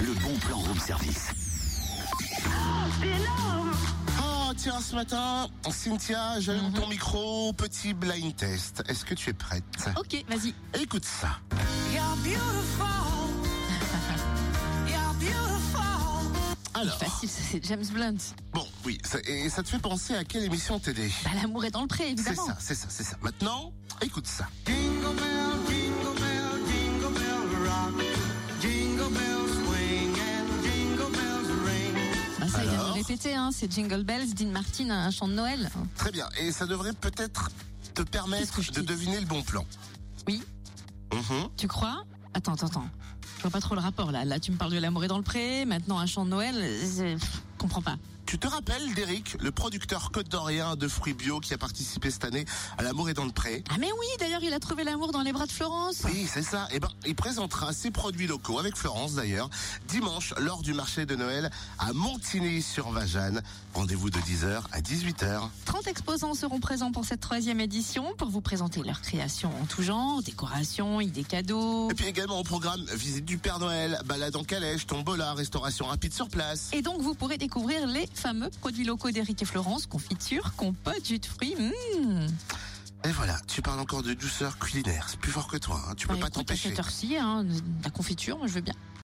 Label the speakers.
Speaker 1: le bon plan room service.
Speaker 2: Oh, tiens, ce matin, Cynthia, j'allume ton micro, petit blind test. Est-ce que tu es prête
Speaker 3: Ok, vas-y.
Speaker 2: Écoute ça.
Speaker 4: You're beautiful. You're beautiful.
Speaker 2: Alors,
Speaker 3: Facile, ça, c'est James Blunt.
Speaker 2: bon, oui, ça, et ça te fait penser à quelle émission TD
Speaker 3: Bah, l'amour est dans le pré,
Speaker 2: C'est
Speaker 3: évidemment.
Speaker 2: ça, c'est ça, c'est ça. Maintenant, écoute ça.
Speaker 4: Jingle bell, jingle bell, jingle bell rock. Jingle bells swing and jingle bells ring.
Speaker 3: Bah, ça, il vient de
Speaker 2: Alors
Speaker 3: répéter, hein, c'est Jingle Bells, Dean Martin, un chant de Noël.
Speaker 2: Très bien, et ça devrait peut-être te
Speaker 3: Qu'est-ce
Speaker 2: permettre
Speaker 3: que je
Speaker 2: de
Speaker 3: dis
Speaker 2: deviner le bon plan.
Speaker 3: Oui,
Speaker 2: Mhm.
Speaker 3: tu crois Attends, attends, attends. Je vois pas trop le rapport, là. Là, tu me parles de l'amour est dans le pré, maintenant un chant de Noël. Je pff, comprends pas.
Speaker 2: Tu te rappelles d'Eric, le producteur côte d'Orient de fruits bio qui a participé cette année à L'amour est dans le pré
Speaker 3: Ah, mais oui, d'ailleurs, il a trouvé l'amour dans les bras de Florence.
Speaker 2: Oui, c'est ça. Eh ben, il présentera ses produits locaux avec Florence d'ailleurs dimanche lors du marché de Noël à Montigny-sur-Vajanne. Rendez-vous de 10h à 18h.
Speaker 3: 30 exposants seront présents pour cette troisième édition pour vous présenter leurs créations en tout genre, décorations, idées cadeaux.
Speaker 2: Et puis également au programme visite du Père Noël, balade en calèche, tombola, restauration rapide sur place.
Speaker 3: Et donc, vous pourrez découvrir les fameux produits locaux d'Éric et Florence, confitures, compotes, jus de fruits. mmh.
Speaker 2: Et voilà, tu parles encore de douceur culinaire, c'est plus fort que toi, hein. tu peux
Speaker 3: Bah,
Speaker 2: pas
Speaker 3: écoute, À
Speaker 2: t'empêcher.
Speaker 3: cette heure-ci, hein, de la confiture, moi, je veux bien.